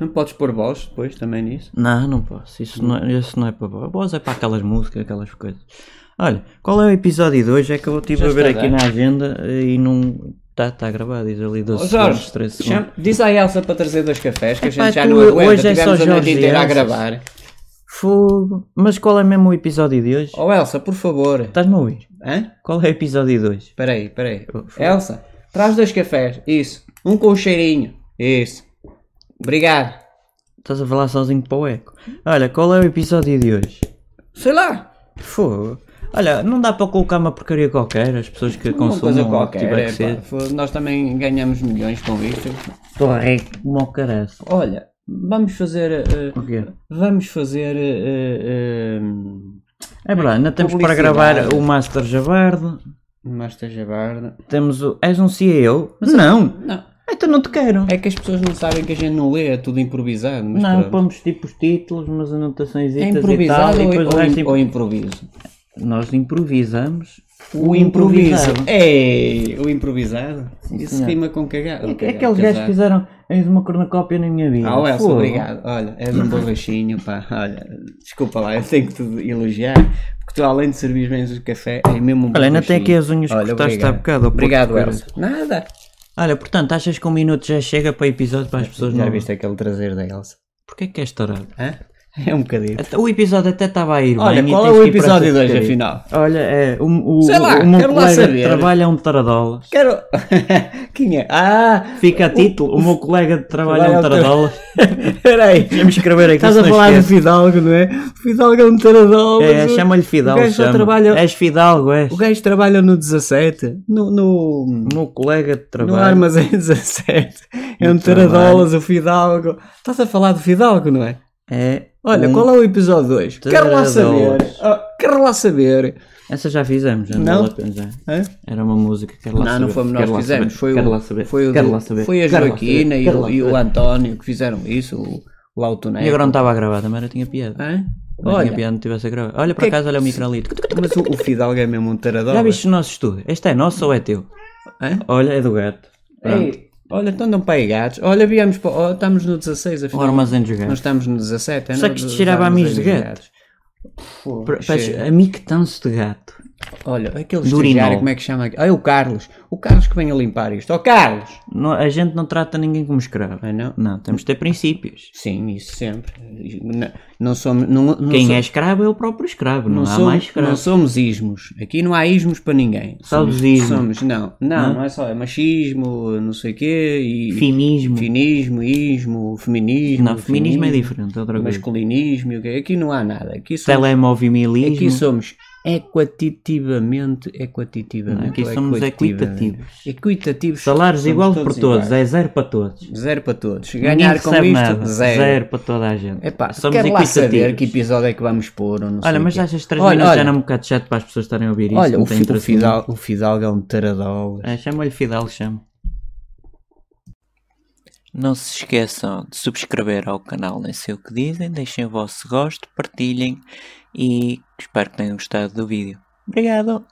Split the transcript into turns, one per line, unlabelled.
Não podes pôr voz depois também nisso?
Não, não posso. Isso não, é- isso não é para voz. Voz é para aquelas músicas, aquelas coisas. Olha, qual é o episódio de hoje? É que eu estive
Já
a ver
está
aqui
bem.
na agenda eh, e não. Está tá gravado, diz ali 12
Ó, Jorge,
segundos, 13 segundos.
chama- diz à Elsa para trazer dois cafés que a gente
Epá,
já
tu-
não aguenta.
hoje é só
Tivemos a noite
Jorge e
inteira a
Elsa.
gravar.
Fogo. Mas qual é mesmo o episódio de hoje?
Oh Elsa, por favor.
Estás-me a ouvir?
Hã?
Qual é o episódio de hoje?
Espera aí, espera aí.
Por favor.
Elsa, traz dois cafés. Isso. Um com um cheirinho. Isso. Obrigado.
Estás a falar sozinho para o eco. Olha, qual é o episódio de hoje?
Sei lá.
Fogo. Olha, não dá para colocar uma porcaria qualquer, as pessoas que
Uma
consumem
coisa
consumam o que
qualquer.
tiver
é,
que
pá.
ser.
Foda, Nós também ganhamos milhões com isto.
Estou rico como o caralho.
Olha, vamos fazer. eh,
O quê?
vamos fazer. eh, eh,
É verdade, ainda temos para
Publicidade.
gravar o Master Jabardo.
Master Jabarda.
Temos o. És um CEO? não!
Não.
Então não te quero!
É que as pessoas não sabem que a gente não lê, é tudo improvisado. Mas
não,
pronto.
pomos tipo os títulos, umas anotações
É
e
improvisado
tal, e
ou,
depois o
ou
resto.
im- ou improviso?
Nós improvisamos
O improviso. Ei, o improvisado? Isso
senhor.
rima com cagado.
É que- Aqueles gajos que fizeram eis uma cornucópia na minha vida.
Ah, Elsa,
Fogo.
obrigado. Olha, és um borrachinho, pá. Olha, desculpa lá, eu tenho que te elogiar. Porque tu, além de servir bem o café, é mesmo um
Olha, ainda tem
borrachinho.
aqui as unhas que
Olha,
cortaste
obrigado.
há bocado. ó puto
Obrigado,
de
Elsa.
caralho.
Nada.
Olha, portanto, achas que um minuto já chega para o episódio para as pessoas
Já
não...
viste aquele traseiro da Elsa?
Porquê que és tarado?
Hã? É um bocadinho.
Até- O episódio até estava a ir
Olha,
bem e
qual é
tens
o
que ir para
episódio
essa
2,
porcaria.
afinal?
Olha, é, o, o,
Sei lá,
o meu
quero lá
colega
saber.
de trabalho é um taradolas.
Quero. Quem é? Ah!
Fica a título, o, meu colega de trabalho é um
Trabalho é um
taradolas.
Peraí.
Vamos escrever aqui,
Estás
se
a
não
falar do
esquece.
Fidalgo, não é? O Fidalgo é um taradol.
É,
mas o-
chama-lhe Fidalgo,
gajo só
chama.
trabalha-
És Fidalgo, és.
O gajo trabalha no 17, no, no,
O meu colega de
no
trabalho...
armazém 17. É um
No trabalho.
taradolas, o Fidalgo. Estás a falar do Fidalgo, não é?
É...
Olha,
um-
qual é o episódio 2? Quero lá saber.
Taradolas.
Ah, quero lá saber.
Essa já fizemos, já
Não?
não? vale a pena já.
Hã?
Era uma música, quero lá
Não,
saber.
não fomos nós
quero
que
lá
fizemos.
saber,
Foi
quero
o,
lá saber,
Foi, o,
quero
do-
lá saber,
foi a
quero lá
Joaquina
saber,
e,
quero
o-
lá
e o
saber.
António que fizeram isso, o, o Altoneco.
E agora não estava a gravar, também não tinha piada.
Hã?
Não tinha
Ah, Olha, é
piada, não tivesse a gravar. Olha, por acaso, olha o micro ali.
mas o, o Fidalgo é mesmo um taradolas.
Já viste o nosso estúdio? Este é nosso ou é teu?
Hã?
Olha, é do gato. Pronto.
Ei, olha, então não para aí gatos. Olha, viemos para. oh, estamos no 16, afinal.
Um armazém dos
Nós
gatos.
estamos no 17, é no-
Só que isto
dos
cheirava a
armazéns
mis de
dos
gato.
gatos. Pô,
Pe-
cheira.
Peço, amictanço de gato.
Olha, aquele
Durinol.
estagiário, como é que chama? Ah, é o Carlos. O Carlos que vem a limpar isto. Ó Carlos!
Não- a gente não trata ninguém como escravo.
Ah, não?
Não, temos de ter princípios.
Sim, isso sempre. Não, não somos. Não, não
Quem
so-
é escravo é o próprio escravo,
Não
não, há
somos,
mais escravo.
não somos ismos. Aqui não há ismos para ninguém.
Só os ismos.
Somos, não, não,
Não?
não, é só. É machismo, não sei o quê. E,
Finismo.
Finismo, ismo, feminismo.
Não, feminismo é
feminismo.
diferente, é outra coisa.
masculinismo, e o quê? aqui não há nada. Aqui somos,
Telemovilismo.
aqui somos equitativamente, equitativamente.
Não, aqui
ou
somos
equitativamente.
equitativos.
Equitativos.
Salários
Somos
igual para todos,
iguais.
é zero para todos.
Zero para todos.
Ninguém
Ganhar com
recebe
isto,
nada.
zero.
para toda a gente.
Epá,
somos
quero lá
equitativos.
saber que episódio é que vamos pôr. Ou não sei
Olha,
o
mas
quê.
achas 3
Olha,
minutos já
olha.
não é um bocado chato para as pessoas estarem a ouvir isso?
Olha,
não
o,
tem
Fi- o,
interesse
Fidal, o Fidalgo é um taradol.
nenhum. Ah, chama-lhe Fidalgo, chama. Não se esqueçam de subscrever ao canal Nem Sei O Que Dizem, deixem o vosso gosto, partilhem e espero que tenham gostado do vídeo. Obrigado!